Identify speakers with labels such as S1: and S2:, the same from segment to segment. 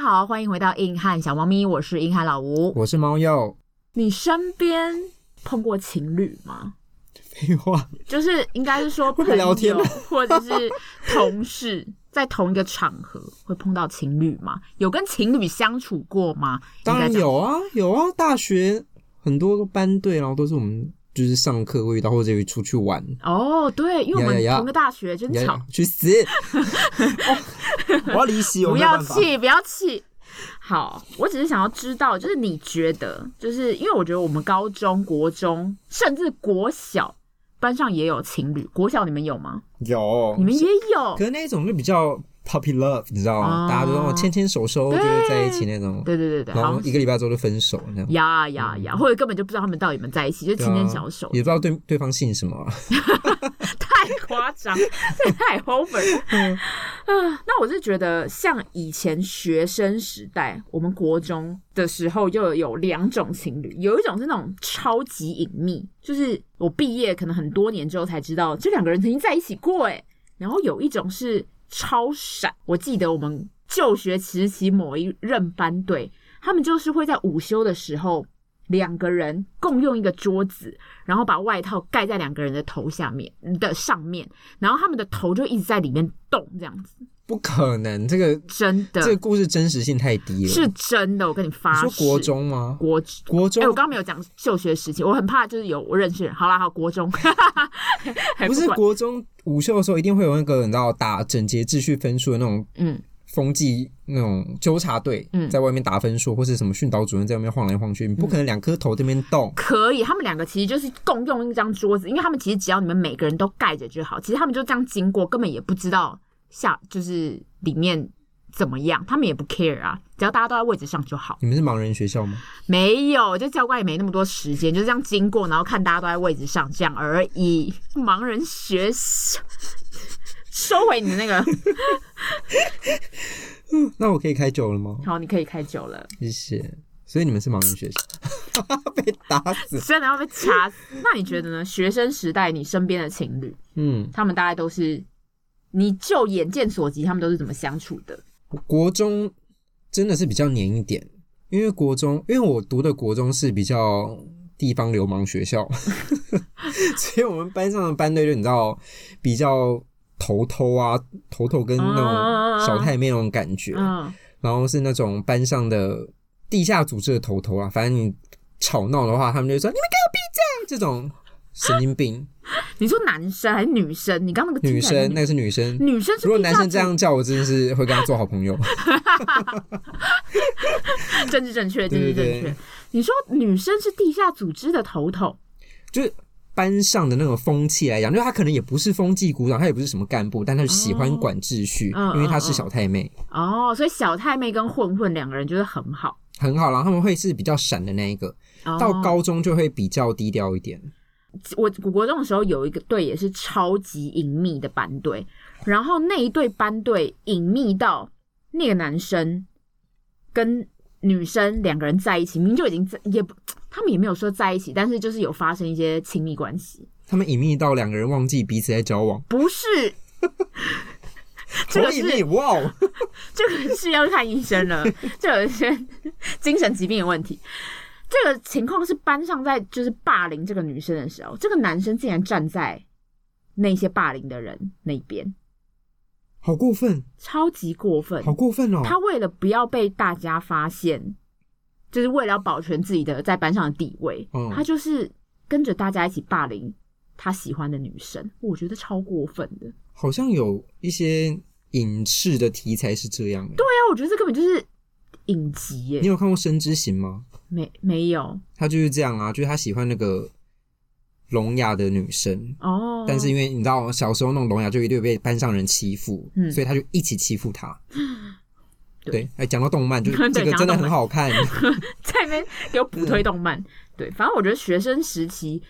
S1: 好，欢迎回到硬汉小猫咪，我是硬汉老吴。
S2: 我是猫鼬。
S1: 你身边碰过情侣吗？
S2: 废话，
S1: 就是应该是说
S2: 会
S1: 朋
S2: 聊天
S1: 友
S2: 吗
S1: 或者是同事，在同一个场合会碰到情侣吗？有跟情侣相处过吗？
S2: 当然
S1: 应该这样
S2: 有啊，有啊，大学很多都班队，然后都是我们就是上课会遇到，或者出去玩。
S1: 哦，对，因为我
S2: 呀
S1: 们
S2: 呀呀
S1: 同个大学，真
S2: 你要
S1: 吵。
S2: 去死！ 哦
S3: 我要离席，我
S1: 不
S3: 没有
S1: 要
S3: 办法。
S1: 气，不要气。好，我只是想要知道，就是你觉得，就是因为我觉得我们高中、国中，甚至国小班上也有情侣，国小你们有吗？
S3: 有
S1: 你们也有
S2: 哦可，是那一种就比较 puppy love，你知道吗？
S1: 哦
S2: 大家都哦牵牵手手就
S1: 对
S2: 会在一起那种，
S1: 对对对对，
S2: 然
S1: 好
S2: 后一嗯个礼拜之后就分手那样。
S1: 呀呀呀，或者根本就不知道他们到底有没有在一起，就
S2: 对
S1: 牵牵
S2: 啊
S1: 小手，
S2: 也不知道对对方姓什么啊、
S1: 太夸张，这 太 over 了。啊，那我是觉得，像以前学生时代，我们国中的时候又有两种情侣，有一种是那种超级隐秘，就是我毕业可能很多年之后才知道这两个人曾经在一起过，哎，然后有一种是超闪，我记得我们就学时期某一任班队，他们就是会在午休的时候。两个人共用一个桌子，然后把外套盖在两个人的头下面的上面，然后他们的头就一直在里面动，这样子，
S2: 不可能，这个
S1: 真的
S2: 这个故事真实性太低了。
S1: 是真的，我跟你发
S2: 你
S1: 誓。
S2: 说国中吗？
S1: 国
S2: 国
S1: 哎、
S2: 中、
S1: 我刚刚没有讲就学时期，我很怕就是有我认识人。好啦，好，国 中，还
S2: 不是
S1: 管
S2: 国中午休的时候一定会有那个你知道打整洁秩序分数的那种
S1: 嗯，
S2: 风纪那种纠察队
S1: 嗯
S2: 在外面打分数，或是什么训导主任在外面晃来晃去，你不可能两颗头这边动。
S1: 可以。他们两个其实就是共用一张桌子，因为他们其实只要你们每个人都盖着就好。其实他们就这样经过，根本也不知道下就是里面怎么样，他们也不 care 啊，只要大家都在位置上就好。
S2: 你们是盲人学校吗？
S1: 没有，就教官也没那么多时间，就这样经过，然后看大家都在位置上这样而已。盲人学校，收回你的那个，
S2: 那我可以开酒了吗？
S1: 好，你可以开酒了，
S2: 谢谢。所以你们是盲人学校， 被打死。
S1: 真的要被掐死。那你觉得呢？学生时代你身边的情侣，
S2: 嗯，
S1: 他们大概都是，你就眼见所及，他们都是怎么相处的？
S2: 国中真的是比较黏一点，因为国中，因为我读的国中是比较地方流氓学校， 所以我们班上的班队就你知道比较头头啊，头头跟那种小太妹那种感觉。
S1: 嗯，
S2: 然后是那种班上的地下组织的头头啊，反正你吵闹的话，他们就会说你们给我闭嘴，这种神经病。
S1: 你说男生还是女生？你刚刚那个
S2: 女
S1: 听起来
S2: 生，那个是女生。
S1: 女生是
S2: 如果
S1: 地下
S2: 男生这
S1: 组
S2: 样叫我，真的是会跟他做好朋友。
S1: 政治正确，政治
S2: 对
S1: 正
S2: 对对
S1: 确。你说女生是地下组织的头头，
S2: 就是班上的那种风气来讲，就是他可能也不是风纪股长，他也不是什么干部，但他就喜欢管秩序，
S1: 嗯嗯
S2: 因为他是小太妹，
S1: 哦，所以小太妹跟混混两个人就是很好。
S2: 很好。然后他们会是比较闪的那一个，
S1: 哦
S2: 到高中就会比较低调一点。
S1: 我国中的时候有一个队也是超级隐秘的班队，然后那一队班队隐秘到那个男生跟女生两个人在一起，明明就已经在也不他们也没有说在一起，但是就是有发生一些亲密关系，
S2: 他们隐秘到两个人忘记彼此在交往，
S1: 不是这
S2: 好
S1: 个
S2: 隐
S1: 是
S2: 秘哇哦！
S1: 这个是要看医生 了，这有一些精神疾病的问题。这个情况是班上在就是霸凌这个女生的时候，这个男生竟然站在那些霸凌的人那边，
S2: 好过分，
S1: 超级过分
S2: 好。过分哦！
S1: 他为了不要被大家发现，就是为了要保全自己的在班上的地位，
S2: 嗯
S1: 他就是跟着大家一起霸凌他喜欢的女生，我觉得超过分的。对
S2: 好像有一些影视的题材是这样的。对，
S1: 啊，我觉得这根本就是影集
S2: 你
S1: 耶，
S2: 有看过《深之行》吗？
S1: 没没有
S2: 他就是这样啊，就是他喜欢那个聋哑的女生，
S1: 哦，
S2: 但是因为你知道小时候那种聋哑就一定会被班上人欺负，
S1: 嗯
S2: 所以他就一起欺负她。
S1: 对
S2: 对，哎，讲到动漫，就
S1: 对
S2: 这个
S1: 讲到
S2: 真的
S1: 动漫
S2: 很好 看。
S1: 在那边给我补推动漫。对，反正我觉得学生时期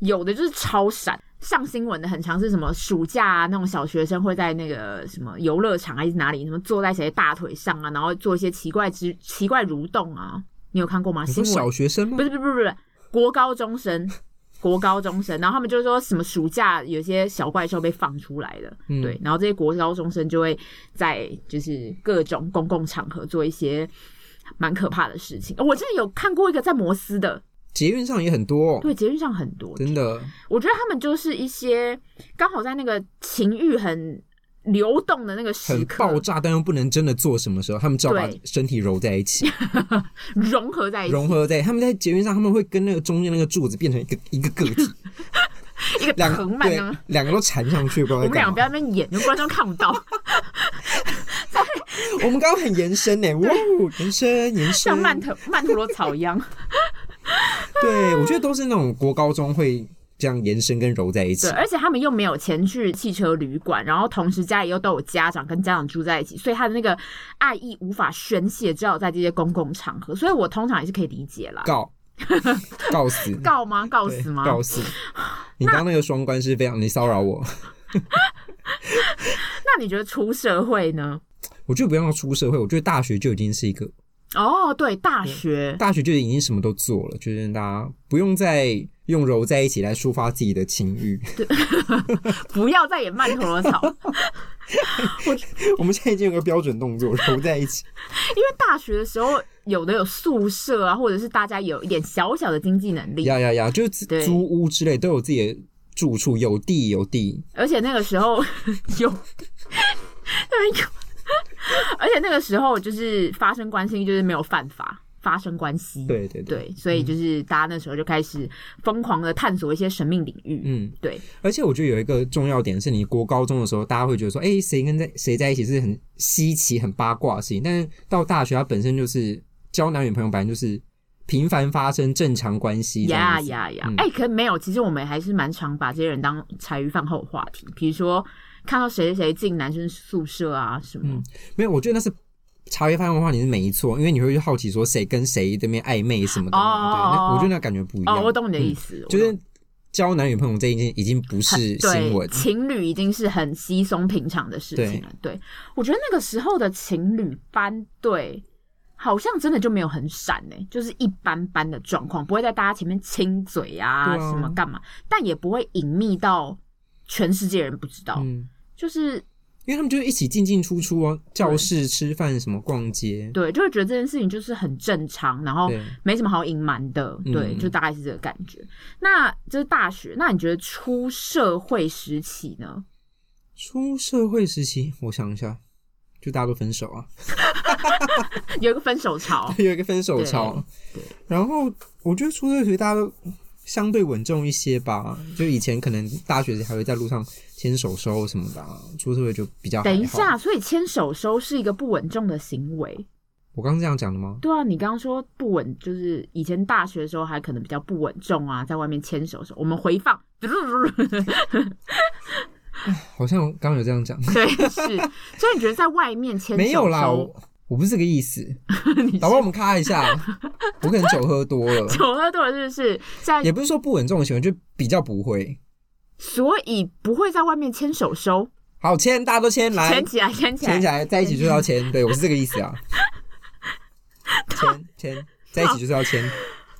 S1: 有的就是超闪。上新闻的很常是什么暑假啊，那种小学生会在那个什么游乐场还是哪里，什么坐在谁的大腿上啊，然后做一些奇怪之奇怪蠕动啊，你有看过吗？
S2: 你
S1: 新
S2: 说
S1: 闻
S2: 小学生吗
S1: 不？是不是不是不是国高中生，国高中生，然后他们就说什么暑假有些小怪兽被放出来了，
S2: 嗯
S1: 对，然后这些国高中生就会在就是各种公共场合做一些蛮可怕的事情。哦我真的有看过一个在摩斯的，
S2: 捷运上也很多、哦
S1: 对，节运上很多，
S2: 真的，
S1: 我觉得他们就是一些刚好在那个情欲很流动的那个时
S2: 很
S1: 刻
S2: 爆炸，但又不能真的做什么时候，他们只要把
S1: 对
S2: 身体揉在 一起，
S1: 融合在一起，
S2: 融合在他们在捷运上，他们会跟那个中间那个柱子变成一个一个个体，
S1: 一个
S2: 两
S1: 藤
S2: 个
S1: 蔓
S2: 对
S1: 那样。
S2: 两个都缠上去，不知道
S1: 我
S2: 在
S1: 们
S2: 干
S1: 两
S2: 嘛
S1: 个不要在那边演，因为观众看不 到，
S2: 我们刚刚很延伸呢，哇，哦延伸延伸
S1: 像，曼陀曼陀罗草一样。
S2: 对我觉得都是那种国高中会这样延伸跟揉在一起
S1: 对，，而且他们又没有钱去汽车旅馆，然后同时家里又都有家长跟家长住在一起，所以他的那个爱意无法宣泄，只好在这些公共场合。所以我通常也是可以理解啦。
S2: 告告死
S1: 告吗？告
S2: 对
S1: 死吗？
S2: 告死！你刚刚那个双关是非常，你骚扰我，
S1: 那你觉得出社会呢？
S2: 我觉得不要出社会，我觉得大学就已经是一个
S1: 哦，对，大学
S2: 大学就已经什么都做了，就是大家不用再用揉在一起来抒发自己的情欲。
S1: 不要再演曼陀罗草，
S2: 我们现在已经有个标准动作，揉在一 起。
S1: 因为大学的时候有的有宿舍啊，或者是大家有一点小小的经济能力，
S2: 呀呀呀，就是自
S1: 对
S2: 租屋之类都有自己的住处，有地有地。
S1: 而且那个时候有， 有，而且那个时候就是发生关系就是没有犯法，发生关系，
S2: 对对对，
S1: 对，所以就是大家那时候就开始疯狂的探索一些神秘领域，
S2: 嗯，
S1: 对，
S2: 而且我觉得有一个重要点是，你国高中的时候，大家会觉得说，哎、谁跟在谁在一起是很稀奇、很八卦的事情，但是到大学，它本身就是交男女朋友，本来就是平凡发生、正常关系这样
S1: 呀
S2: 子。
S1: 呀呀
S2: 嗯！
S1: 哎、可没有，其实我们还是蛮常把这些人当茶余饭后的话题，比如说看到谁谁谁进男生宿舍啊什么，
S2: 嗯没有，我觉得那是茶余饭后的话，你是没错，因为你会去好奇说谁跟谁这边暧昧什么的嘛。对，
S1: 哦
S2: 那我觉得那感觉不一样。
S1: 哦，我懂你的意
S2: 思，
S1: 思，我
S2: 就
S1: 懂
S2: 是交男女朋友这一件已经不是新
S1: 对
S2: 闻，
S1: 情侣已经是很稀松平常的事情了。对我觉得那个时候的情侣班对，好像真的就没有很闪呢、就是一般般的状况，不会在大家前面亲嘴啊
S2: 对啊
S1: 什么干嘛，但也不会隐秘到全世界人不知道。
S2: 嗯，
S1: 就是
S2: 因为他们就是一起进进出出哦，教室、吃饭、什么逛街，
S1: 对，就会觉得这件事情就是很正常，然后
S2: 对
S1: 没什么好隐瞒的。
S2: 嗯
S1: 对，就大概是这个感觉。那这是大学，那你觉得出社会时期呢？
S2: 出社会时期，我想一下，就大家都分手啊，。
S1: 有一个分手潮
S2: 有一个分手潮
S1: 对对。
S2: 然后我觉得出社会时期大家都相对稳重一些吧，就以前可能大学时还会在路上牵手手什么的、啊，出社会就比较还好
S1: 等一下，，所以牵手收是一个不稳重的行为。
S2: 我刚刚这样讲的吗？
S1: 对啊，你刚刚说不稳，就是以前大学的时候还可能比较不稳重啊，在外面牵手的时候，我们回放，
S2: 好像刚刚有这样讲，
S1: 对，是。所以你觉得在外面牵手
S2: 没有啦，
S1: 收
S2: 我我不是这个意思，
S1: 你
S2: 老婆我们咔一下， 我可能酒喝多了，
S1: 酒喝多了是不是？在
S2: 也不是说不稳重的行为，就比较不会。
S1: 所以不会在外面牵手收，
S2: 好签，大家都签来，
S1: 牵起来，牵起来
S2: 哎牵起。来，在一起就是要签，对我是这个意 思啊。签签，在一起就是要签，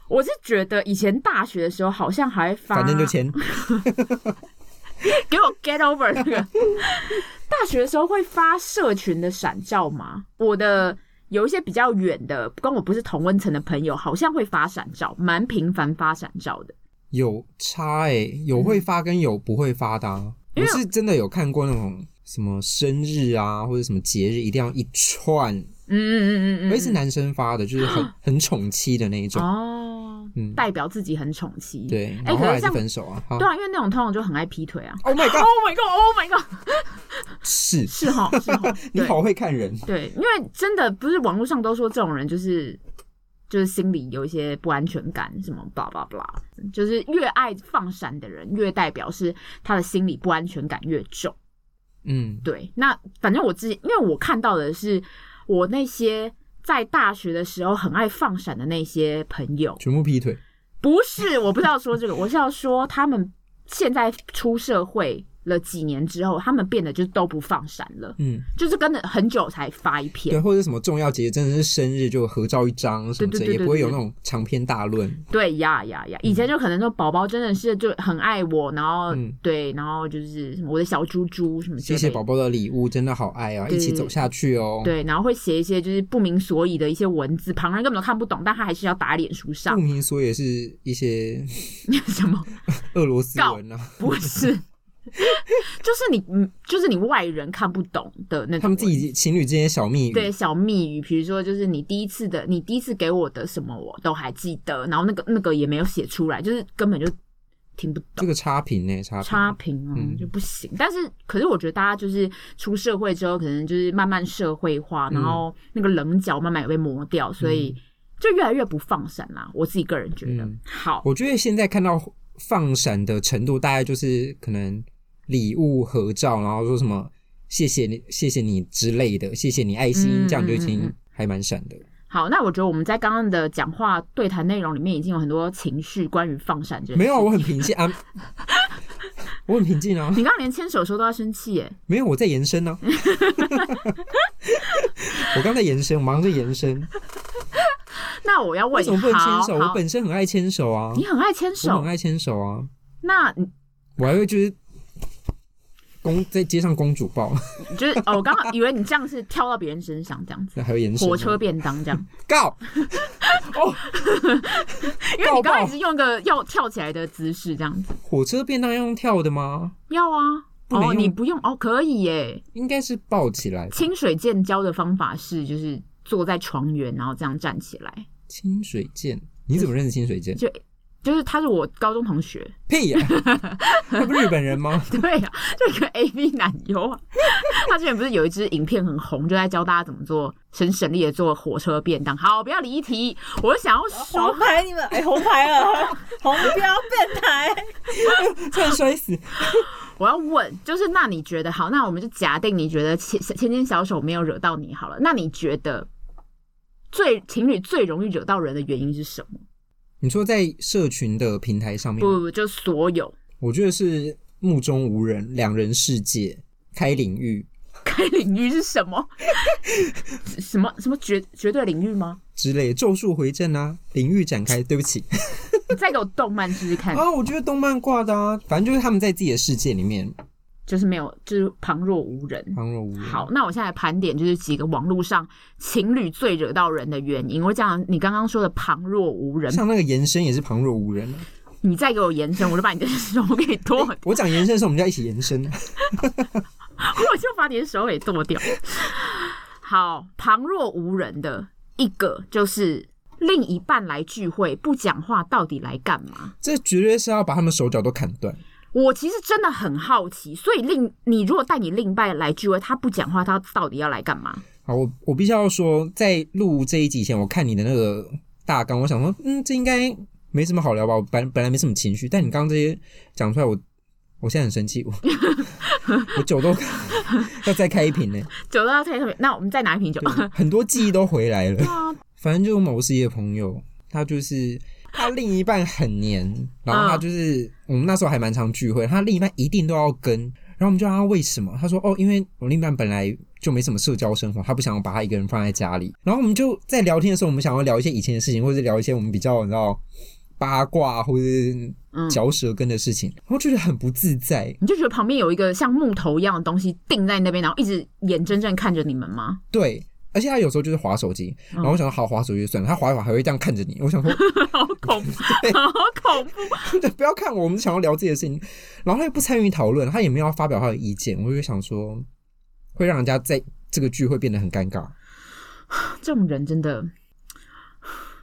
S1: 我是觉得以前大学的时候好像还发，
S2: 反正就签。
S1: 给我 get over 那个。 大学的时候会发社群的闪照吗？我的有一些比较远的，跟我不是同温层的朋友，好像会发闪照，蛮频繁发闪照的。
S2: 有差哎、有会发跟有不会发的、啊。我是真的有看过那种什么生日啊，或者什么节日，一定要一串，
S1: 嗯嗯嗯嗯
S2: 而
S1: 嗯
S2: 且是男生发的，就 是很很宠妻的那一种
S1: 嗯。。哦，
S2: 嗯，
S1: 代表自己很宠妻。
S2: 对，
S1: 哎、
S2: 然后后
S1: 可
S2: 来
S1: 是这
S2: 是
S1: 样
S2: 分手啊。哈
S1: 对啊，因为那种通常就很爱劈腿啊。
S2: Oh my
S1: Oh
S2: god，
S1: my god! Oh my god!
S2: 是
S1: 是哈，是
S2: ，
S1: 哈
S2: 你
S1: 对
S2: 好会看人。
S1: 对，因为真的不是网络上都说这种人就是就是心里有一些不安全感，什么 blah blah blah，就是越爱放闪的人，越代表是他的心理不安全感越重。
S2: 嗯，
S1: 对，那反正我之前因为我看到的是我那些在大学的时候很爱放闪的那些朋友，
S2: 全部劈腿。
S1: 不是我不是要说这个，我是要说他们现在出社会了几年之后，他们变得就都不放闪了，
S2: 嗯，
S1: 就是跟着很久才发一篇
S2: 对，。或者什么重要节真的是生日就合照一张什么
S1: 对对
S2: 之类，
S1: 对
S2: 也
S1: 对
S2: 不会
S1: 对
S2: 有那种长篇大论。
S1: 对呀呀呀！以前就可能说宝宝真的是就很爱我，然后、
S2: 嗯
S1: 对，然后就是什么我的小猪猪什么之
S2: 谢
S1: 类
S2: 谢
S1: 的
S2: 宝宝的礼物，真的好爱啊！
S1: 对
S2: 一起走下去哦。，
S1: 对，然后会写一些就是不明所以的一些文字，旁人根本都看不懂，但他还是要打脸书上
S2: 不明所以也是一些
S1: 什么
S2: 俄罗斯文啊，
S1: 不是， 就是你嗯就是你外人看不懂的那种文字，
S2: 他们自己情侣之间的小密语。
S1: 对小密语，比如说就是你第一次的，你第一次给我的什么我都还记得，然后那个那个也没有写出来，就是根本就听不
S2: 这
S1: 懂。
S2: 个差评呢、差评
S1: 差评啊、
S2: 嗯
S1: 就不行，但是可是我觉得大家就是出社会之后，可能就是慢慢社会化，
S2: 嗯
S1: 然后那个棱角慢慢也被磨掉，所以就越来越不放闪啦。我自己个人觉得，
S2: 嗯
S1: 好，
S2: 我觉得现在看到放闪的程度，大概就是可能礼物合照，然后说什么谢谢你、谢谢你之类的，谢谢你爱心，
S1: 嗯
S2: 这样就已
S1: 嗯嗯
S2: 经
S1: 嗯
S2: 还蛮闪的。
S1: 好，那我觉得我们在刚刚的讲话对谈内容里面已经有很多情绪关于放闪这件
S2: 没
S1: 事
S2: 有啊，我很平静啊， 我很平静啊，
S1: 你刚刚连牵手的时候都要生气耶，
S2: 没有我在 延伸呢、啊。我刚在延伸，我忙着延伸。
S1: 那我要
S2: 为
S1: 问
S2: 什
S1: 你，
S2: 么不能牵手？
S1: 好
S2: 我
S1: 好
S2: 本身很爱牵手啊，
S1: 你很爱牵
S2: 我
S1: 手
S2: 很，爱牵手啊，
S1: 那你
S2: 我还会就是公在街上公主抱，
S1: 就是哦，我刚刚以为你这样是跳到别人身上这样 子，
S2: 那还有延伸
S1: 火
S2: 吗
S1: 车便当这样，
S2: 告。
S1: 因为你刚
S2: 抱抱
S1: 刚一直用一个要跳起来的姿势这样子，
S2: 火车便当要用跳的吗？
S1: 要啊。
S2: 不能
S1: 哦，
S2: 用
S1: 你不用哦，可以耶。
S2: 应该是抱起来吧。
S1: 清水健教的方法是，就是坐在床缘，然后这样站起来。
S2: 清水剑，你怎么认识清水剑？
S1: 就就是他是我高中同学，
S2: 屁呀、他不是日本人吗？
S1: 对啊，就一个 A V 男优啊。 他之前不是有一支影片很红，就在教大家怎么做，很省力的做火车便当。好，不要离题，我想要说
S3: 红，牌你们 哎、红牌了， 红标变态。
S2: 差点摔死！
S1: 我要问，就是那你觉得好？那我们就假定你觉得牵牵牵小手没有惹到你好了。那你觉得最情侣最容易惹到人的原因是什么？
S2: 你说在社群的平台上面
S1: 不
S2: 吗，
S1: 不不，就所有
S2: 我觉得是目中无人，两人世界，开领域
S1: 该领域是什么？什么什么绝绝对领域吗？
S2: 之类，咒术回战啊，领域展开。对不起
S1: 你再给我动漫试试看，
S2: 啊，我觉得动漫挂的啊，反正就是他们在自己的世界里面
S1: 就是没有，就是旁若无人。
S2: 旁若无人。
S1: 好，，那我现在盘点就是几个网络上情侣最惹到人的原因。我讲你刚刚说的旁若无人，
S2: 像那个延伸也是旁若无人啊。
S1: 你再给我延伸，我就把你的手给剁，我
S2: 我讲延伸的时候，我们就要一起延伸。啊
S1: 就把你的手给剁掉。好，旁若无人的一个就是另一半来聚会不讲话，到底来干嘛？
S2: 这绝对是要把他们手脚都砍断。
S1: 我其实真的很好奇，所以另你如果带你另一半来聚会，他不讲话，他到底要来干嘛？
S2: 好，我我必须要说，在录这一集以前，我看你的那个大纲，我想说，嗯，这应该没什么好聊吧。我本本来没什么情绪，但你刚刚这些讲出来，我我现在很生气，我 我酒都 要再开一瓶呢，
S1: 酒到太特别，那我们再拿一瓶酒。
S2: 对很多记忆都回 来了。
S1: 啊
S2: 反正就某事业朋友，他就是他另一半很
S1: 嗯
S2: 黏，然后他就是、我们那时候还蛮常聚会，他另一半一定都要跟，然后我们就问他为什么，他说哦，因为我另一半本来就没什么社交生活，他不想把他一个人放在家里。然后我们就在聊天的时候，我们想要聊一些以前的事情，或者聊一些我们比较你知道八卦或者是
S1: 嗯
S2: 嚼舌根的事情，然后觉得很不自在。
S1: 你就觉得旁边有一个像木头一样的东西钉在那边，然后一直眼睁睁看着你们吗？
S2: 对。而且他有时候就是划手机，
S1: 嗯
S2: 然后我想说好划手机就算了，他划一划还会这样看着你，我想说
S1: 好恐怖， 好恐怖！
S2: 对，不要看我，我们想要聊自己的事情，然后他又不参与讨论，他也没有要发表他的意见，我就想说，会让人家在这个聚会变得很尴尬，
S1: 这种人真的，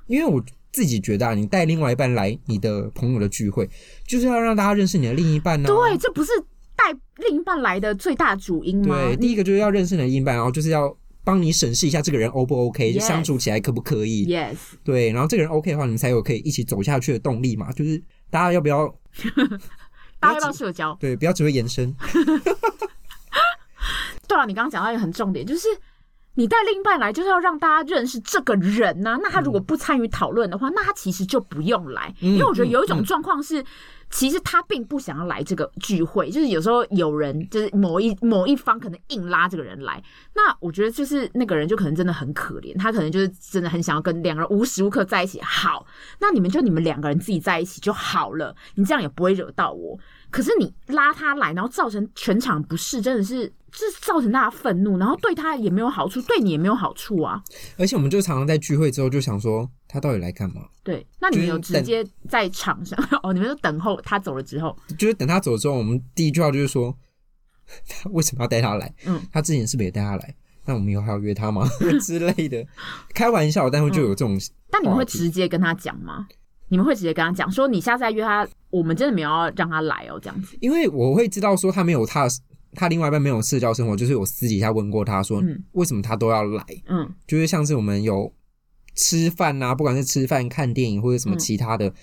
S2: 因为我自己觉得啊，你带另外一半来你的朋友的聚会，就是要让大家认识你的另一半呢、啊
S1: 对，啊这不是带另一半来的最大主因吗？
S2: 对，第一个就是要认识你的另一半，然后就是要。帮你审视一下这个人 O 不 OK，就
S1: Yes
S2: 相处起来可不可以
S1: Yes，
S2: 对，然后这个人 OK 的话，你才有可以一起走下去的动力嘛。就是大家要不要
S1: 大家要不要社交？
S2: 对，不要只会延伸，
S1: 对啊，你刚刚讲到一个很重点，就是你带另一半来，就是要让大家认识这个啊人呐、那他如果不参与讨论的话，那他其实就不用来，
S2: 嗯
S1: 因为我觉得有一
S2: 嗯
S1: 种
S2: 嗯
S1: 状况是，其实他并不想要来这个聚会，就是有时候有人就是某一某一方可能硬拉这个人来，那我觉得就是那个人就可能真的很可怜，他可能就是真的很想要跟两个人无时无刻在一起。好，那你们就你们两个人自己在一起就好了，你这样也不会惹到我。可是你拉他来，然后造成全场不适，真的是这造成大家愤怒，然后对他也没有好处，对你也没有好处啊。
S2: 而且我们就常常在聚会之后就想说，他到底来干嘛？
S1: 对，那你们有直接在场上 哦？你们就等候他走了之后，
S2: 就是等他走之后，我们第一句话就是说， 他为什么要带他来？
S1: 嗯，
S2: 他之前是不是也带他来？那我们以后还要约 他吗？之类的，开玩笑，但是就有这种，
S1: 但你们会
S2: 话题
S1: 直接跟他讲吗？你们会直接跟他讲说，你下次再约他，我们真的没有要让他来哦，这样子。
S2: 因为我会知道说他没有他的他另外一半没有社交生活，就是我私底下问过他说，
S1: 嗯
S2: 为什么他都要来？
S1: 嗯
S2: 就是像是我们有吃饭啊，不管是吃饭、看电影或者什么其他
S1: 嗯
S2: 的，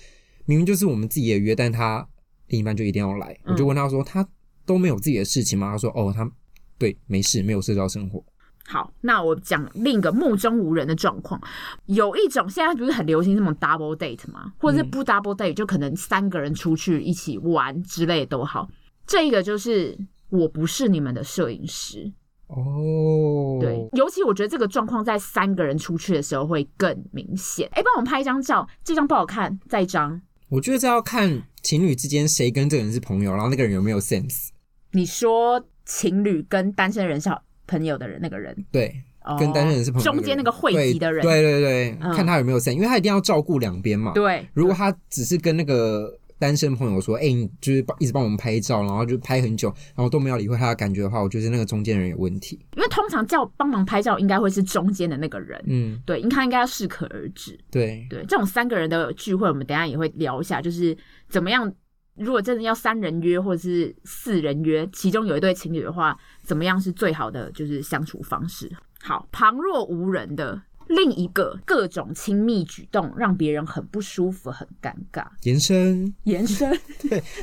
S2: 明明就是我们自己的约，但他另一半就一定要来。
S1: 嗯
S2: 我就问他说，他都没有自己的事情吗？他说，哦，他对，没事，没有社交生活。
S1: 好，那我讲另一个目中无人的状况，有一种现在不是很流行这种 double date 吗？或
S2: 嗯
S1: 者是不 double date，、就可能三个人出去一起玩之类都好。这个就是我不是你们的摄影师，
S2: 哦，
S1: 对，尤其我觉得这个状况在三个人出去的时候会更明显。哎、帮我们拍一张照，这张不好看，再一张。
S2: 我觉得这要看情侣之间谁跟这个人是朋友，然后那个人有没有 sense。
S1: 你说情侣跟单身人是好朋友的人，那个人
S2: 对，
S1: 哦
S2: 跟单身人是朋友的人，
S1: 中间那个汇集的人，
S2: 对对对对，
S1: 嗯
S2: 看他有没有 sense，因为他一定要照顾两边嘛。
S1: 对
S2: 如果他只是跟那个单身朋友说，哎、你就是帮一直帮我们拍照，然后就拍很久，然后都没有理会他的感觉的话，我觉得那个中间人有问题。
S1: 因为通常叫帮忙拍照应该会是中间的那个人，
S2: 嗯，
S1: 对，应该应该要适可而止。
S2: 对，
S1: 对，这种三个人的聚会，我们等一下也会聊一下，就是怎么样。如果真的要三人约或者是四人约，其中有一对情侣的话，怎么样是最好的就是相处方式？好，旁若无人的另一个各种亲密举动，让别人很不舒服、很尴尬。
S2: 延伸
S1: 延伸，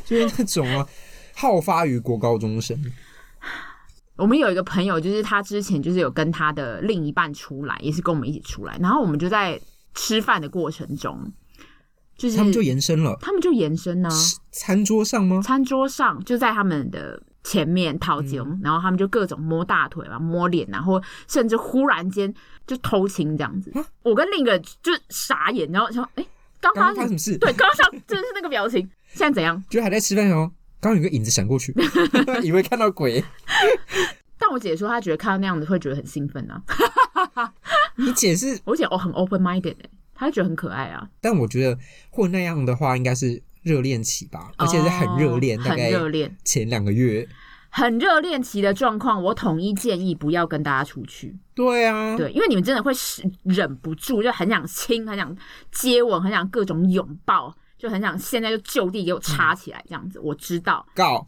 S2: 就是那种啊，好发于国高中生。
S1: 我们有一个朋友，就是他之前就是有跟他的另一半出来，也是跟我们一起出来，然后我们就在吃饭的过程中，就是
S2: 他们就延伸了，
S1: 他们就延伸呢、
S2: 是餐桌上吗？
S1: 餐桌上就在他们的前
S2: 嗯
S1: 面掏酒，然后他们就各种摸大腿啊、摸脸啊，或甚至忽然间就偷亲这样子。我跟另一个就是傻眼，然后想，哎、刚
S2: 刚
S1: 发
S2: 刚发生什
S1: 生
S2: 么事？
S1: 对，刚刚上真的是那个表情，现在怎样？
S2: 就还在吃饭哦，刚刚有个影子闪 过去，以为看到鬼。
S1: 但我姐说她觉得看到那样子会觉得很兴奋啊，
S2: 你解释，
S1: 我姐哦很 open minded 哎、她就觉得很可爱啊，
S2: 但我觉得或那样的话，应该是热恋期吧，而且是很热恋，
S1: 哦
S2: 大
S1: 很
S2: 概
S1: 热恋，
S2: 前两个月。
S1: 很热恋期的状况，我统一建议不要跟大家出去。
S2: 对啊，
S1: 对，因为你们真的会是忍不住，就很想亲，很想接吻，很想各种拥抱，就很想现在就就地给我
S2: 嗯
S1: 插起来这样子。我知道，
S2: 告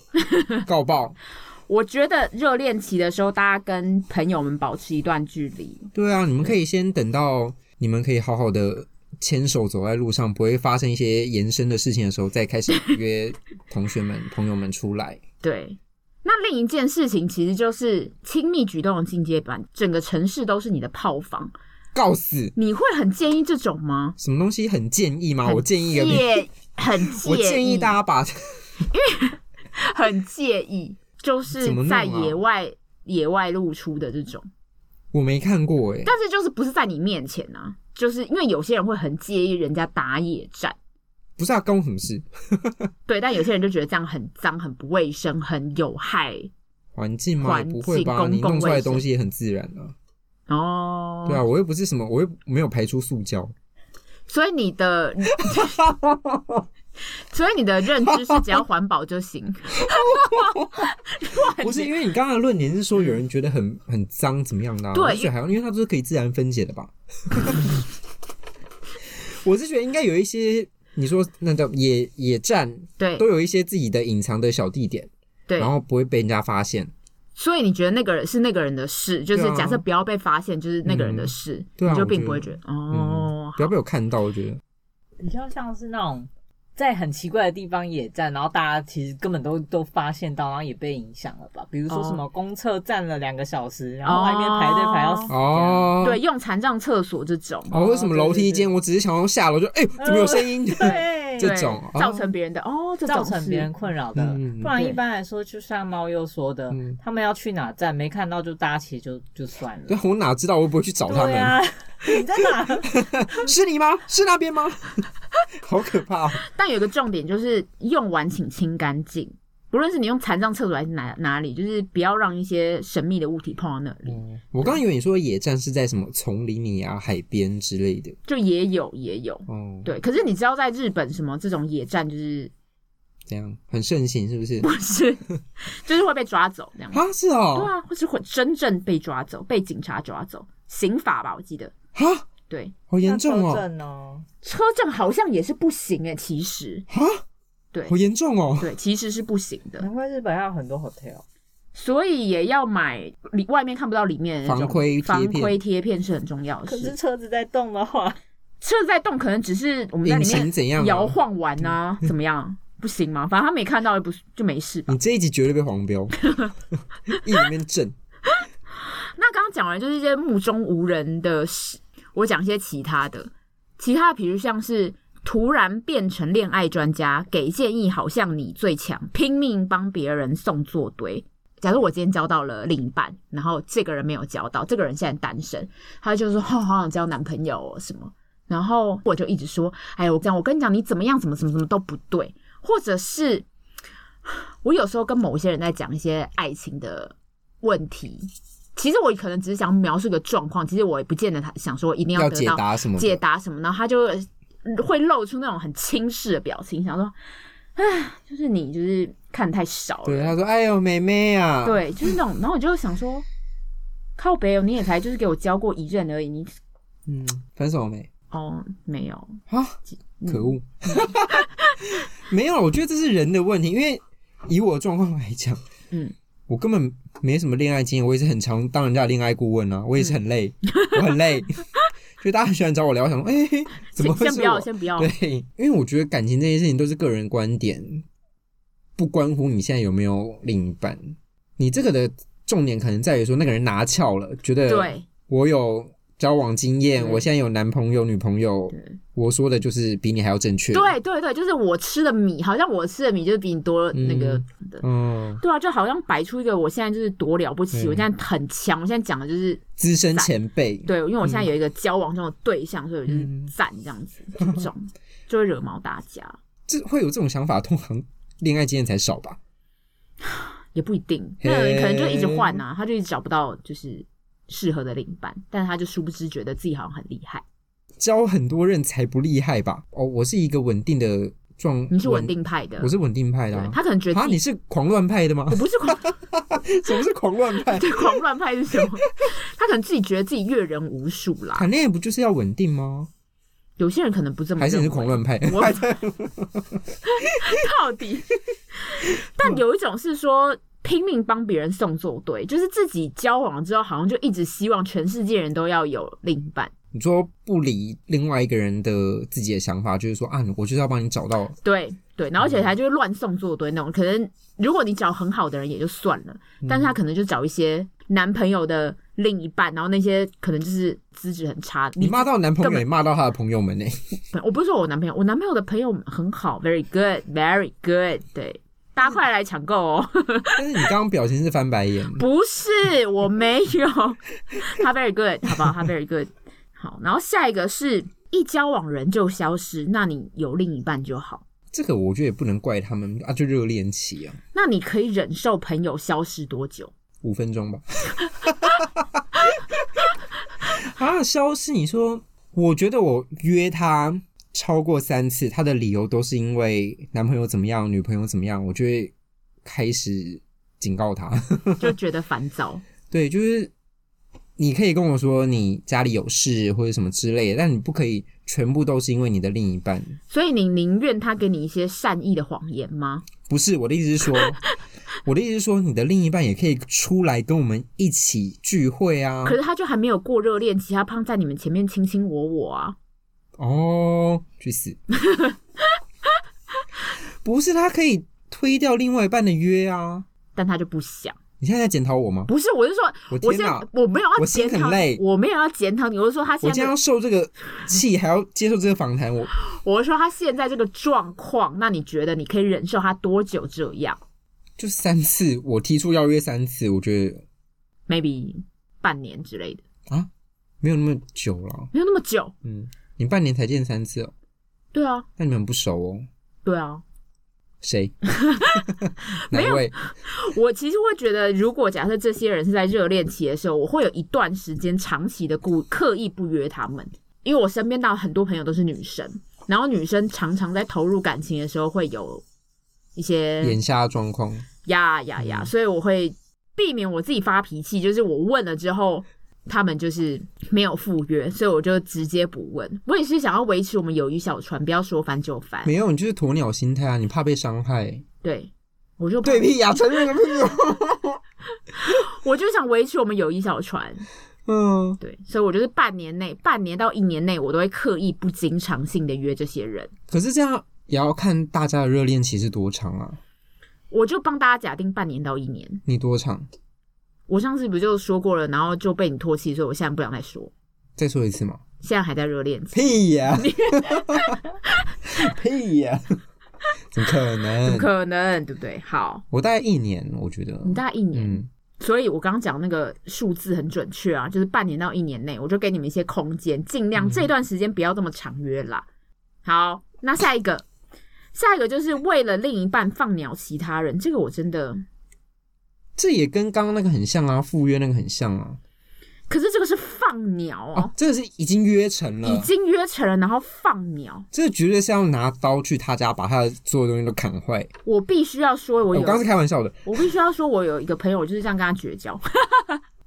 S2: 告爆，
S1: 我觉得热恋期的时候，大家跟朋友们保持一段距离。
S2: 对啊，你们可以先等到你们可以好好的牵手走在路上，不会发生一些延伸的事情的时候，再开始约同学们、朋友们出来。
S1: 对，那另一件事情其实就是亲密举动的进阶版，整个城市都是你的炮房，
S2: 告死，
S1: 你会很建议这种吗？
S2: 什么东西很建议吗？
S1: 很
S2: 我建议一个，
S1: 介，很介意，
S2: 我建议大家把
S1: 很介意，就是
S2: 怎么弄
S1: 在
S2: 啊
S1: 野外、野外露出的这种。
S2: 我没看过哎、
S1: 但是就是不是在你面前啊，就是因为有些人会很介意人家打野战，
S2: 不是啊，关我什么事？
S1: 对，但有些人就觉得这样很脏、很不卫生、很有害
S2: 环境吗？也
S1: 环
S2: 不会
S1: 境
S2: 吧？
S1: 公
S2: 你
S1: 共
S2: 弄出来
S1: 卫
S2: 的
S1: 生
S2: 东西也很自然啊。
S1: 哦。
S2: 对啊，我又不是什么，我又没有排出塑 胶。
S1: 所以你 的，所以你的认知是只要环保就行。
S2: 不是因为你刚刚的论点是说有人觉得很很脏怎么样的、啊，
S1: 对
S2: 我是觉得还好，因为它都是可以自然分解的 吧。我是觉得应该有一些，你说那叫野野战，
S1: 对
S2: 都有一些自己的隐藏的小地点，
S1: 对
S2: 然，后不会被人家发现。
S1: 所以你觉得那个人是那个人的事，就是
S2: 对啊
S1: 假设不要被发现，就是那个人的事，
S2: 对啊
S1: 你就
S2: 我
S1: 并
S2: 觉
S1: 不会
S2: 得
S1: 觉得
S2: 嗯
S1: 哦，。
S2: 不要被我看到，我觉得
S3: 比较像是那种在很奇怪的地方野战，然后大家其实根本都都发现到，然后也被影响了吧？比如说什么公厕站了两个小时，然后外面排队排到死。
S2: 哦。
S1: 对，用残障厕所这种，
S2: 哦，为什么楼梯
S3: 对对
S2: 间？我只是想要下楼就哎、怎么有声音？
S3: 对，对
S2: 这种哦
S1: 造成别人的哦，这种
S3: 造成别人
S1: 事
S3: 困扰的。
S2: 嗯嗯嗯
S3: 不然
S1: 对
S3: 一般来说，就像猫又说的，
S2: 嗯
S3: 他们要去哪站没看到就搭起就就算了。
S2: 对，啊我哪知道我会不会去找他
S3: 对
S2: 们？
S3: 啊，你在哪？
S2: 是你吗？是那边吗？ 好可怕、哦！
S1: 但有一个重点就是用完请清干净，不论是你用残障厕所还是哪哪里，就是不要让一些神秘的物体碰到那里。
S2: 我刚刚以为你说野战是在什么丛林里啊、海边之类的。
S1: 就也有也有，
S2: 哦，，
S1: 对。可是你知道在日本什么这种野战就是？
S2: 这样很盛行是不是
S1: 不是，就是会被抓走这样。
S2: 啊，是
S1: 对
S2: 哦，
S1: 啊，或是会真正被抓走，被警察抓走，刑法吧，我记得。
S2: 啊，
S1: 对，
S2: 好严重
S3: 那车
S2: 哦，
S3: 震哦，
S1: 车证好像也是不行诶、其实
S2: 啊，
S1: 对
S2: 好严重哦，
S1: 对，其实是不行的，
S3: 难怪日本要有很多 hotel。
S1: 所以也要买里外面看不到里面的那种
S2: 防窥贴
S1: 防
S2: 片
S1: 窥贴片是很重要的
S3: 可是
S1: 事。
S3: 车子在动的话，
S1: 车子在动，可能只是我们在
S2: 隐
S1: 里
S2: 形
S1: 面
S2: 怎样、
S1: 摇
S2: 啊？
S1: 晃完啊，怎么样？不行吗？反正他没看到，也不是就没事吧
S2: 你。这一集绝对被黄标， 一里面震。
S1: 那刚刚讲完就是一些目中无人的事，我讲一些其他的，其他的比如像是突然变成恋爱专家，给建议好像你最强，拼命帮别人送作堆。假如我今天交到了另一半，然后这个人没有交到，这个人现在单身，他就说：“哦，好想交男朋友、哦、什么。”然后我就一直说：“哎，我讲，我跟你讲，你怎么样，怎么怎么怎么都不对。”或者是我有时候跟某些人在讲一些爱情的问题，其实我可能只是想描述个状况，其实我也不见得他想说一定
S2: 要
S1: 得
S2: 解
S1: 到
S2: 答什么的
S1: 解答什么，然后他就呃会露出那种很轻视的表情，想说：“哎，就是你就是看太少了。”
S2: 对，他说：“哎呦，妹妹啊，，
S1: 对，就是那种，然后我就想说，靠北哦，你也才就是给我交过一任而已，你
S2: 嗯，分手了没
S1: 哦没有，
S2: 啊？
S1: 嗯
S2: 可恶， 没有，啊我觉得这是人的问题，因为以我的状况来讲，
S1: 嗯，
S2: 我根本没什么恋爱经验，我也是很常当人家的恋爱顾问啊，我也是很累，
S1: 嗯
S2: 我很累，就大家很喜欢找我聊，我想 说，哎、怎么
S1: 先
S2: 会
S1: 先不
S2: 是我
S1: 要，？先不要，
S2: 对，因为我觉得感情这件事情都是个人观点，不关乎你现在有没有另一半，你这个的重点可能在于说那个人拿翘了，觉得
S1: 对
S2: 我有交往经验，
S1: 对
S2: 我现在有男朋友、女朋友，我说的就是比你还要正确。，
S1: 对对对，就是我吃的米，好像我吃的米就是比你多
S2: 嗯
S1: 那个的。
S2: 嗯，
S1: 对啊，就好像摆出一个我现在就是多了不起，
S2: 嗯
S1: 我现在很强，我现在讲的就是
S2: 资深前辈，
S1: 对，因为我现在有一个交往中的对象，所以我就是
S2: 嗯
S1: 赞这样子，这种就会惹毛大家，
S2: 这会有这种想法，通常恋爱经验才少吧？
S1: 也不一定，那有人可能就一直
S2: 嘿
S1: 换啊，他就一直找不到就是适合的另一半，但他就殊不知觉得自己好像很厉害。
S2: 交很多人才不厉害吧？哦，我是一个稳定的状，
S1: 你是稳，定派的，
S2: 我是稳定派的、
S1: 对
S2: 啊。
S1: 他可能觉得
S2: 啊，
S1: 自己
S2: 你是狂乱派的吗
S1: 我？不是狂
S2: 什么是狂乱派？
S1: 对狂乱派是什么？ 他可能自己觉得自己阅人无数啦。
S2: 谈恋爱不就是要稳定吗？
S1: 有些人可能不这么
S2: 还是你是
S1: 认为
S2: 狂乱派？
S1: 嗯我到底？ 但有一种是说拼命帮别人送作对，就是自己交往之后，好像就一直希望全世界人都要有另一半。
S2: 你说不理另外一个人的自己的想法，就是说啊，我就是要帮你找到
S1: 对对，然后而且他就会乱送作对那种。可能如果你找很好的人也就算了，但是他可能就找一些男朋友的另一半，然后那些可能就是资质很差。
S2: 你骂到男朋
S1: 根
S2: 友，
S1: 本
S2: 也骂到他的朋友们呢、
S1: 我不是说我男朋友，我男朋友的朋友很好，very good，very good，对。大家快来抢购哦！
S2: 但是你刚刚表情是翻白眼，
S1: 不是，我没有， 他 very good，好不好？他 very good，好。然后下一个是一交往人就消失，那你有另一半就好，
S2: 这个我觉得也不能怪他们啊，就热恋期啊，
S1: 那你可以忍受朋友消失多久？
S2: 五分钟吧。 啊，消失！你说，我觉得我约他超过三次，他的理由都是因为男朋友怎么样，女朋友怎么样，我就会开始警告他。
S1: 就觉得烦躁。
S2: 对，就是你可以跟我说你家里有事或者什么之类的，但你不可以全部都是因为你的另一半。
S1: 所以你宁愿他给你一些善意的谎言吗？
S2: 不是我的意思 是说，我的意思是说，你的另一半也可以出来跟我们一起聚会啊
S1: 可。是他就还没有过热恋期，他胖在你们前面卿卿我我啊，
S2: 哦，去死！不是他可以推掉另外一半的约啊，
S1: 但他就不想。
S2: 你现在在检讨我吗？
S1: 不是，我是说，
S2: 我
S1: 我
S2: 天
S1: 现
S2: 哪
S1: 在！我没有要
S2: 我心
S1: 检
S2: 很
S1: 讨
S2: 累
S1: 你，我没有要检讨你，我是说他
S2: 我
S1: 现
S2: 今天
S1: 在
S2: 要，受这个气，还要接受这个访谈，我
S1: 我是说他现在这个状况，那你觉得你可以忍受他多久这样
S2: 就三次，我提出邀约三次，我觉得
S1: ？maybe 半年之类的，
S2: 没有那么久了。
S1: 没有那么久。
S2: 嗯，你半年才见三次哦，
S1: 对啊，
S2: 那你们很不熟哦。
S1: 对啊，
S2: 谁？
S1: 没
S2: 哪
S1: 有
S2: 位？
S1: 我其实会觉得，如果假设这些人是在热恋期的时候，我会有一段时间长期的故刻意不约他们，因为我身边到很多朋友都是女生，然后女生常常在投入感情的时候会有一些
S2: 眼下的状况，
S1: 呀呀呀，
S2: 嗯
S1: 所以我会避免我自己发脾气，就是我问了之后。他们就是没有赴约，所以我就直接不问。我也是想要维持我们友谊小船，不要说翻就翻。
S2: 没有，你就是鸵鸟心态啊！你怕被伤害，
S1: 对，我就
S2: 对屁呀、承认个屁哦！
S1: 我就想维持我们友谊小船。
S2: 嗯，
S1: 对，所以我就是半年内，半年到一年内，我都会刻意不经常性的约这些人。
S2: 可是这样也要看大家的热恋期是多长啊？
S1: 我就帮大家假定半年到一年。
S2: 你多长？
S1: 我上次不就说过了，然后就被你唾弃，所以我现在不想再说。
S2: 再说一次嘛？
S1: 现在还在热恋 期，
S2: 屁呀、屁呀、怎么可
S1: 怎么
S2: 能？
S1: 可能对不对？好，
S2: 我大概一年，我觉得，
S1: 你大概一年，
S2: 嗯，
S1: 所以我刚刚讲那个数字很准确啊，就是半年到一年内，我就给你们一些空间，尽量这段时间不要这么长约啦。好，那下一个，下一个就是为了另一半放鸟其他人，这个我真的，
S2: 这也跟刚刚那个很像啊，赴约那个很像啊。
S1: 可是这个是放鸟哦。
S2: 哦，这个是已经约成
S1: 已
S2: 了，
S1: 经约成了，然后放鸟。
S2: 这个绝对是要拿刀去他家把他的所有东西都砍坏。
S1: 我必须要说，我
S2: 哦我
S1: 有，
S2: 刚刚是开玩笑的，
S1: 我必须要说，我有一个朋友就是这样跟他绝 交。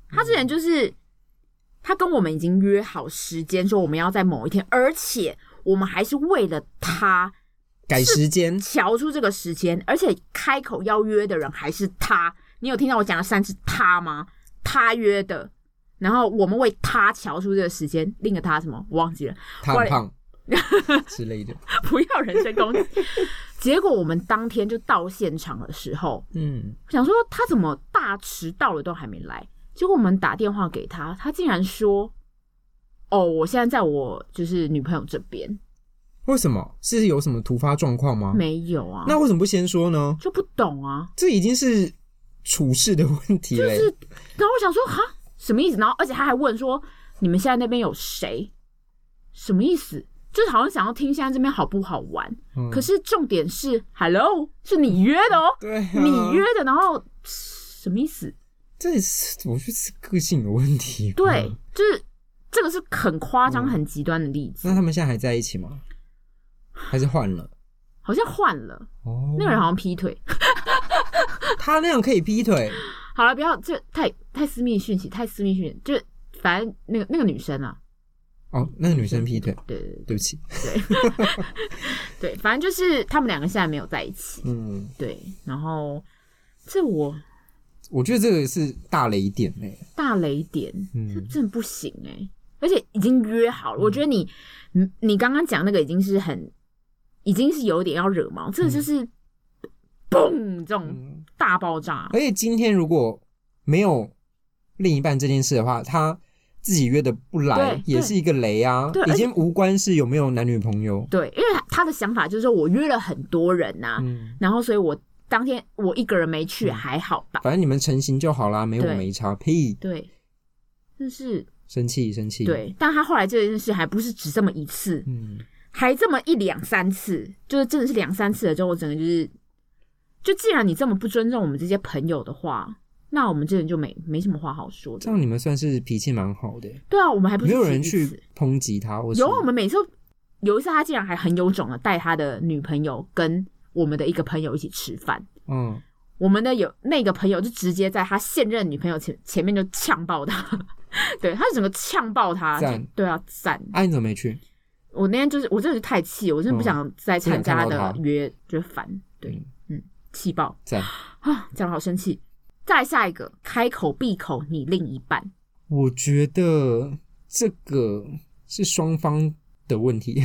S1: 他之前就是，他跟我们已经约好时间，说我们要在某一天，而且我们还是为了他
S2: 改时间，
S1: 瞧出这个时间，而且开口要约的人还是他。你有听到我讲了三次他吗？他约的，然后我们为他瞧出这个时间，另一个他什么我忘记了。
S2: 他很胖之类的。
S1: 不要人身攻击。结果我们当天就到现场的时候，
S2: 嗯，
S1: 想说他怎么大迟到了都还没来。结果我们打电话给他，他竟然说：“哦，我现在在我就是女朋友这边，
S2: 为什么？是有什么突发状况吗？
S1: 没有啊。”
S2: 那为什么不先说呢？
S1: 就不懂啊。
S2: 这已经是处事的问题嘞。
S1: 是然后我想说，哈，什么意思？然后而且他还问说：“你们现在那边有谁？什么意思？”就是好像想要听现在这边好不好玩，
S2: 嗯
S1: 可是重点是，Hello，是你约的哦，
S2: 对、啊，
S1: 你约的，然后什么意思？
S2: 这也是我觉得是个性有问题。
S1: 对
S2: 嗯，
S1: 就是这个是很夸张、
S2: 嗯
S1: 很极端的例子
S2: 那。他们现在还在一起吗？还是换了？
S1: 好像换了，
S2: 哦，
S1: 那个人好像劈腿。
S2: 他那样可以劈腿，
S1: 好了，不要这太太私密讯息，太私密讯息，就是反正那个那个女生啊，
S2: 哦，那个女生劈腿，
S1: 对对
S2: 对不起，
S1: 对，反正就是他们两个现在没有在一起。
S2: 嗯，
S1: 对，然后这我
S2: 我觉得这个是大雷点嘞、
S1: 大雷点，这
S2: 嗯
S1: 真的不行哎、而且已经约好了，我觉得你你你刚刚讲那个已经是很，已经是有点要惹毛，这个就是嘣这种
S2: 嗯，
S1: 大爆炸。
S2: 而且今天如果没有另一半这件事的话，他自己约的不来
S1: 对
S2: 也是一个雷啊
S1: 对，
S2: 已
S1: 而且
S2: 经无关是有没有男女朋友，
S1: 对，因为他他的想法就是说我约了很多人呐、
S2: 嗯，
S1: 然后所以我当天我一个人没去还好吧？
S2: 反正你们成型就好啦，没我
S1: 对
S2: 没差，屁，
S1: 对，但是
S2: 生气生气，，
S1: 对，但他后来这件事还不是只这么一次，
S2: 嗯，
S1: 还这么一两三次，就是真的是两三次了之后，我整个就是，就既然你这么不尊重我们这些朋友的话，那我们这人就没没什么话好说
S2: 这
S1: 的。
S2: 样你们算是脾气蛮好的、
S1: 对啊，我们还不是
S2: 没有
S1: 只
S2: 人
S1: 一次
S2: 去抨击他，或是
S1: 有啊我们每次都有一次他竟然还很有种的带他的女朋友跟我们的一个朋友一起吃饭。
S2: 嗯，
S1: 我们的有那个朋友就直接在他现任女朋友前前面就呛爆他， 对他整个呛爆他，
S2: 赞
S1: 就对啊赞！
S2: 啊，你怎么没去？
S1: 我那天就是我真的是太气，我真的不想再参加
S2: 嗯不想看到
S1: 的
S2: 他
S1: 约，就是烦，对
S2: 嗯，
S1: 嗯，气爆
S2: 赞，
S1: 啊，讲的好生气。再下一个，开口闭口你另一半，
S2: 我觉得这个是双方的问题。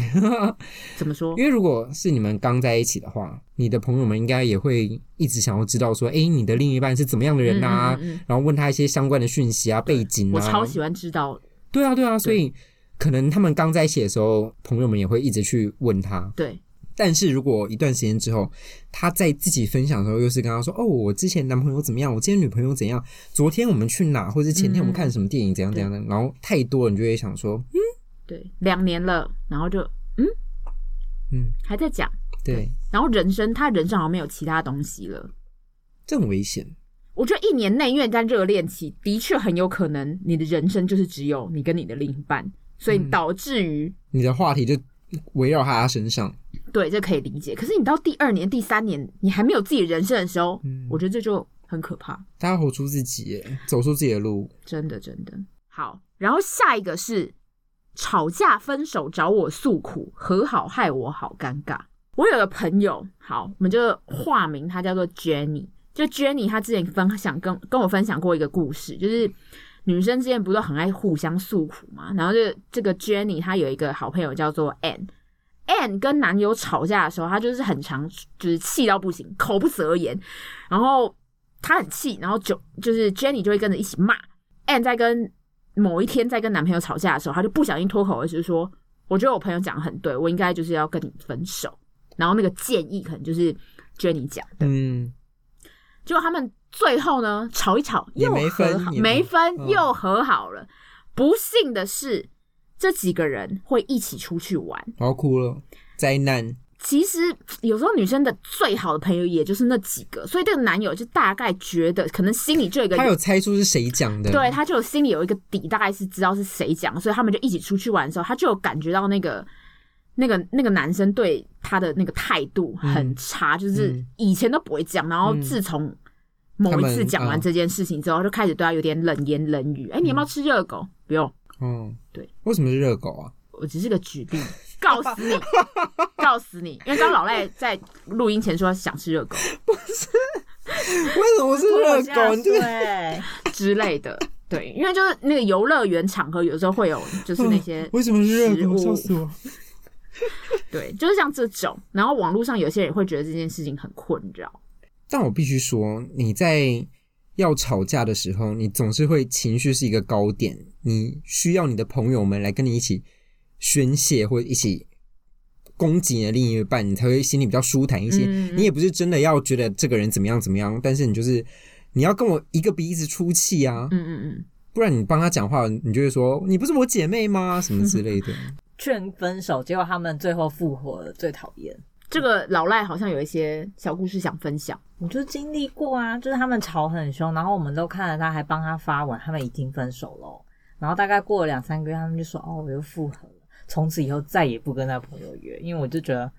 S1: 怎么说？
S2: 因为如果是你们刚在一起的话，你的朋友们应该也会一直想要知道说，诶，你的另一半是怎么样的人啊？
S1: 嗯嗯嗯
S2: 然后问他一些相关的讯息啊、背景啊。
S1: 我超喜欢知道，
S2: 对啊，对啊，所以可能他们刚在一起的时候，朋友们也会一直去问他。
S1: 对，
S2: 但是如果一段时间之后，他在自己分享的时候，又是跟他说：“哦，我之前男朋友怎么样，我之前女朋友怎样，昨天我们去哪，或者前天我们看什么电影，怎样怎样的。然后太多了，你就会想说，
S1: 对，两年了，然后就嗯
S2: 嗯，
S1: 还在讲，
S2: 对，
S1: 然后人生他人生好像没有其他东西了。
S2: 这很危险。
S1: 我觉得一年内，因为你在热恋期，的确很有可能你的人生就是只有你跟你的另一半，所以
S2: 嗯
S1: 导致于、
S2: 你的话题就围绕他身上，
S1: 对这可以理解。可是你到第二年、第三年，你还没有自己人生的时候，
S2: 嗯
S1: 我觉得这就很可怕，
S2: 他要活出自己耶，走出自己的路。
S1: 真的真的。好，然后下一个是吵架、分手找我诉苦，和好害我好尴尬。我有个朋友，好，我们就化名，她叫做 Jenny。就 Jenny，她之前分享跟跟我分享过一个故事，就是女生之间不是都很爱互相诉苦嘛？然后就这个 Jenny，她有一个好朋友叫做 Anne。Anne 跟男友吵架的时候，她就是很常就是气到不行，口不择言，然后她很气，然后就就是 Jenny 就会跟着一起骂。Anne 在跟某一天在跟男朋友吵架的时候，她就不小心脱口而出说：“我觉得我朋友讲的很对，我应该就是要跟你分手。”然后那个建议可能就是 Jenny 讲，
S2: 嗯，
S1: 结果他们最后呢吵一吵
S2: 也
S1: 又
S2: 没
S1: 和
S2: 分
S1: 好，
S2: 也
S1: 没
S2: 没
S1: 分、
S2: 嗯
S1: 又和好了。不幸的是，这几个人会一起出去玩。
S2: 然后哭了，灾难。
S1: 其实有时候女生的最好的朋友也就是那几个，所以这个男友就大概觉得，可能心里就有一个
S2: 他有猜出是谁讲的，
S1: 对，，他就有心里有一个底，大概是知道是谁讲，所以他们就一起出去玩的时候，他就有感觉到那个那个那个男生对他的那个态度很
S2: 嗯
S1: 差，就是
S2: 嗯
S1: 以前都不会讲，然后
S2: 嗯
S1: 自从某一
S2: 他
S1: 次
S2: 们
S1: 讲完
S2: 嗯
S1: 这件事情之后，就开始对他有点冷言冷语。哎、你要不要吃热狗？不用，
S2: 嗯，
S1: 对，
S2: 为什么是热狗啊？
S1: 我只是个举 例，告死你，告死你！因为刚刚老赖在录音前说想吃热狗
S2: 为什么是热狗？你这个
S3: 对，
S1: 之类的。对，因为就是那个游乐园场合，有时候会有就是那 些
S2: 哦为什么是热狗？
S1: 食物
S2: 笑死我！
S1: 对，就是像这种。然后网络上有些人会觉得这件事情很困扰，
S2: 但我必须说，你在要吵架的时候，你总是会情绪是一个高点，你需要你的朋友们来跟你一起宣泄，或者一起攻击你的另一半，你才会心里比较舒坦一些。
S1: 嗯
S2: 你也不是真的要觉得这个人怎么样怎么样，但是你就是你要跟我一个鼻子出气啊，
S1: 嗯嗯嗯，
S2: 不然你帮他讲话，你就会说你不是我姐妹吗？什么之类的。
S3: 劝分手，结果他们最后复合了，最讨厌。
S1: 这个老赖好像有一些小故事想分享，
S3: 我就经历过啊，就是他们吵很凶，然后我们都看了他，还帮他发文，他们已经分手了哦。然后大概过了两三个月，他们就说：“哦，我又复合了，从此以后再也不跟那朋友约。”因为我就觉得，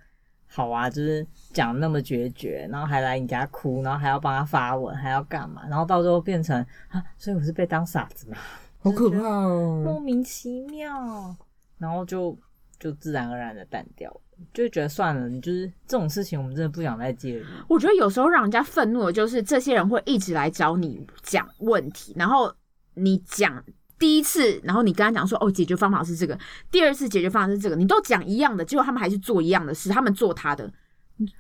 S3: 好啊，就是讲那么决绝，然后还来你家哭，然后还要帮他发文，还要干嘛？然后到最后变成啊，所以我是被当傻子嘛，
S2: 好可怕哦！
S3: 莫名其妙，然后就就自然而然的淡掉了，就觉得算了，你就是这种事情，我们真的不想再介入。
S1: 我觉得有时候让人家愤怒的就是这些人会一直来找你讲问题，然后你讲第一次，然后你跟他讲说哦，解决方法是这个，第二次解决方法是这个，你都讲一样的，结果他们还是做一样的事，他们做他的，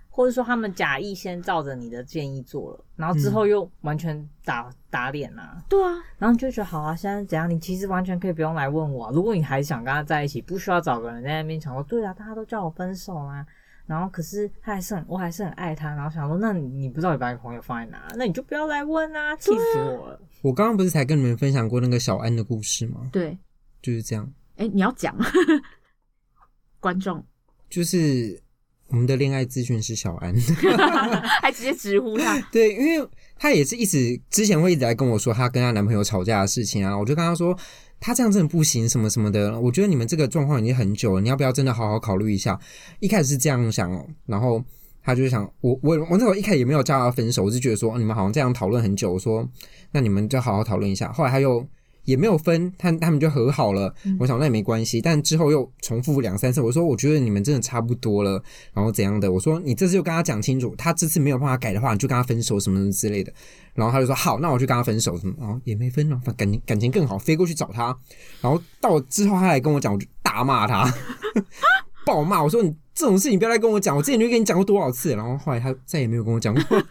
S3: 或者说他们假意先照着你的建议做了，然后之后又完全打、打脸啊，
S1: 对啊，
S3: 然后你就觉得好啊，现在怎样？你其实完全可以不用来问我啊、如果你还想跟他在一起，不需要找个人在那边想说，对啊，大家都叫我分手啊，然后可是他还是很，我还是很爱他，然后想说，那你你不知道你把你朋友放在哪，那你就不要来问啊，气死我了。
S2: 我刚刚不是才跟你们分享过那个小安的故事吗？
S1: 对，
S2: 就是这样，
S1: 哎，你要讲， 观众
S2: 就是我们的恋爱咨询师小安，
S1: 还直接直呼他，
S2: 对，因为她也是一直之前会一直来跟我说她跟她男朋友吵架的事情啊，我就跟她说她这样真的不行什么什么的，我觉得你们这个状况已经很久了，你要不要真的好好考虑一下？一开始是这样想哦，然后她就想我我我那时候一开始也没有叫她分手，我是觉得说哦你们好像这样讨论很久，我说那你们就好好讨论一下，后来她又。也没有分，他他们就和好了。我想那也没关系，但之后又重复两三次，我说我觉得你们真的差不多了，然后怎样的？我说你这次就跟他讲清楚，他这次没有办法改的话，你就跟他分手什么什么之类的。然后他就说好，那我就跟他分手什么，然后也没分了，感情感情更好，飞过去找他。然后到之后他来跟我讲，我就大骂他， 暴骂我说你这种事情不要来跟我讲，我之前就跟你讲过多少次了。然后后来他再也没有跟我讲过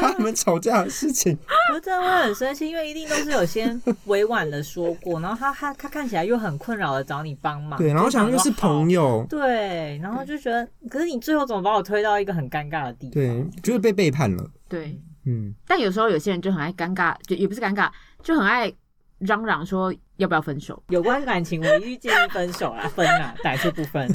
S2: 他们吵架的事情。
S3: 我真的会很生气，因为一定都是有先委婉的说过，然后他他他看起来又很困扰的找你帮忙，
S2: 对，然后
S3: 就
S2: 想又是
S3: 说好
S2: 朋友，
S3: 对，然后就觉得，可是你最后怎么把我推到一个很尴尬的地方？
S2: 对，就是被背叛了。
S1: 对，
S2: 嗯，
S1: 但有时候有些人就很爱尴尬，就也不是尴尬，就很爱嚷嚷说要不要分手。
S3: 有关感情，我一律建议分手啦，分啦，打就不 分。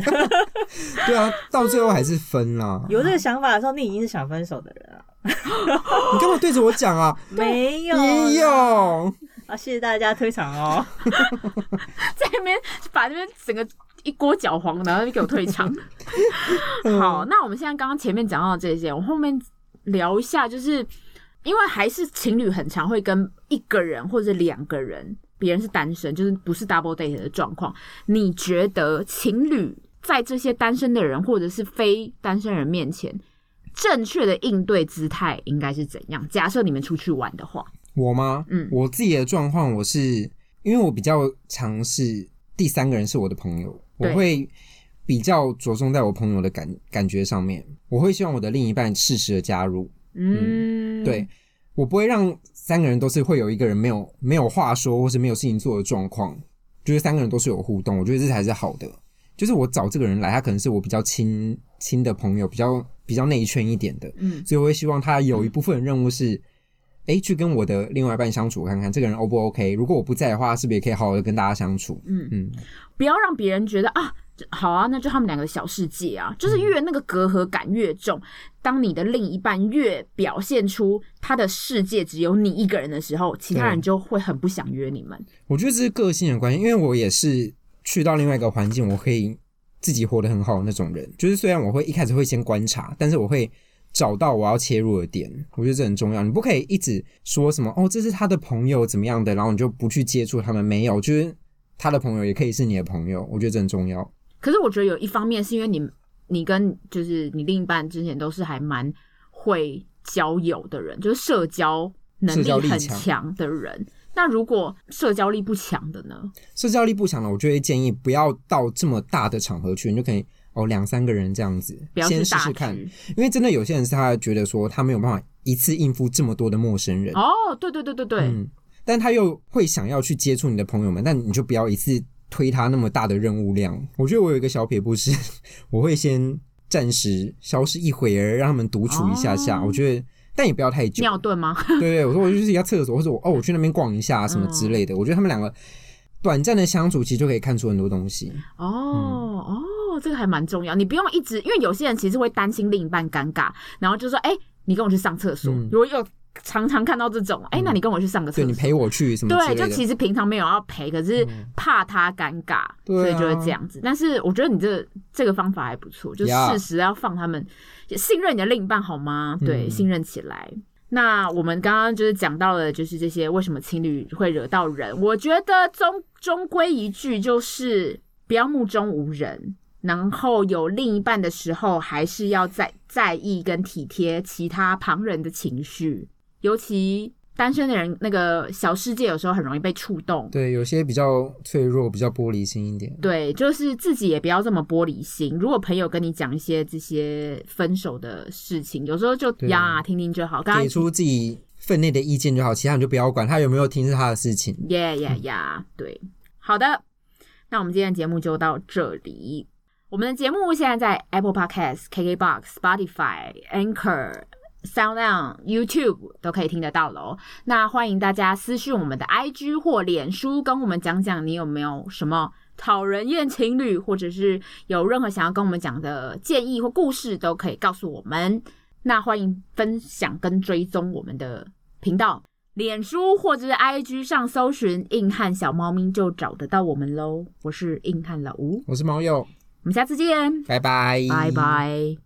S2: 对啊，到最后还是分啦。
S3: 有这个想法的时候，你已经是想分手的人了。
S2: 你干嘛对着我讲啊？
S3: 没有，
S2: 没有，
S3: 啊！谢谢大家推场哦。
S1: 在那边把那边整个一锅搅黄，然后在那边给我退场。好，那我们现在刚刚前面讲到这些，我后面聊一下，就是因为还是情侣很常会跟一个人或者两个人，别人是单身，就是不是 double date 的状况。你觉得情侣在这些单身的人或者是非单身人面前，正确的应对姿态应该是怎样？假设你们出去玩的话，
S2: 我吗？
S1: 嗯
S2: 我自己的状况，我是因为我比较尝试第三个人是我的朋友，我
S1: 对
S2: 会比较着重在我朋友的感感觉上面，我会希望我的另一半适时的加入。
S1: 嗯，
S2: 对，我不会让三个人都是会有一个人没有没有话说，或是没有事情做的状况，就是三个人都是有互动，我觉得这才是好的。就是我找这个人来，他可能是我比较亲亲的朋友，比较比较内圈一点的，
S1: 嗯，
S2: 所以我会希望他有一部分任务是，哎、去跟我的另外一半相处看看，这个人 O 不 OK？如果我不在的话，是不是也可以好好的跟大家相处？
S1: 嗯
S2: 嗯，
S1: 不要让别人觉得啊，这好啊，那就他们两个小世界啊，就是越那个隔阂感越重。当你的另一半越表现出他的世界只有你一个人的时候，其他人就会很不想约你们。
S2: 我觉得这是个性的关系，因为我也是去到另外一个环境，我可以自己活得很好的那种人。就是虽然我会一开始会先观察，但是我会找到我要切入的点， 我觉得这很重要。你不可以一直说什么哦，这是他的朋友怎么样的，然后你就不去接触他们。没有，就是他的朋友也可以是你的朋友，我觉得这很重要。
S1: 可是我觉得有一方面是因为你，你跟就是你另一半之前都是还蛮会交友的人，就是社交能
S2: 社交力
S1: 力很
S2: 强
S1: 强的人。那如果社交力不强的呢？
S2: 社交力不强的，我就会建议不要到这么大的场合去，你就可以哦两三个人这样子
S1: 不要去
S2: 先试
S1: 大
S2: 试看，
S1: 局
S2: 因为真的有些人是他觉得说他没有办法一次应付这么多的陌生人。
S1: 哦，对对对对对，
S2: 嗯，但他又会想要去接触你的朋友们，但你就不要一次推他那么大的任务量。我觉得我有一个小撇步是，我会先暂时消失一会儿，让他们独处一下下。
S1: 哦
S2: 我觉得，但也不要太久。
S1: 尿遁吗？
S2: 对对，我说我就是一下厕所，或者我哦我去那边逛一下什么之
S1: 嗯
S2: 类的。我觉得他们两个短暂的相处，其实就可以看出很多东西。
S1: 哦、
S2: 嗯
S1: 哦，这个还蛮重要。你不用一直，因为有些人其实会担心另一半尴尬，然后就说：“哎、你跟我去上厕所。
S2: 嗯
S1: 如果有常常看到这种，哎、那你跟我去上个厕
S2: 对你
S1: 所。
S2: 陪我去什么之
S1: 对，
S2: 类的。嗯
S1: 就其实平常没有要陪，可是怕他尴尬，
S2: 对啊
S1: 所以就会这样子。但是我觉得你这这个方法还不错，就
S2: Yeah
S1: 适时要放他们也信任你的另一半好吗？对，
S2: 嗯
S1: 信任起来。那我们刚刚就是讲到了，就是这些为什么情侣会惹到人。我觉得终终归一句就是不要目中无人，然后有另一半的时候，还是要在在意跟体贴其他旁人的情绪，尤其单身的人，那个小世界有时候很容易被触动。
S2: 对，有些比较脆弱，比较玻璃心一点。
S1: 对，就是自己也不要这么玻璃心。如果朋友跟你讲一些这些分手的事情，有时候就
S2: 对
S1: 呀听听就好。刚刚
S2: 给出自己分内的意见就好，其他你就不要管他有没有听是他的事情。
S1: 耶耶呀，对，好的，那我们今天的节目就到这里。我们的节目现在在 Apple Podcast、KKBox、Spotify、Anchor、SoundOn、YouTube 都可以听得到喽。那欢迎大家私讯我们的 IG 或脸书，跟我们讲讲你有没有什么讨人厌情侣，或者是有任何想要跟我们讲的建议或故事，都可以告诉我们。那欢迎分享跟追踪我们的频道，脸书或者是 IG 上搜寻“硬汉小猫咪”就找得到我们喽。我是硬汉老吴，
S2: 我是猫鼬，
S1: 我们下次见，
S2: 拜拜，
S1: 拜拜。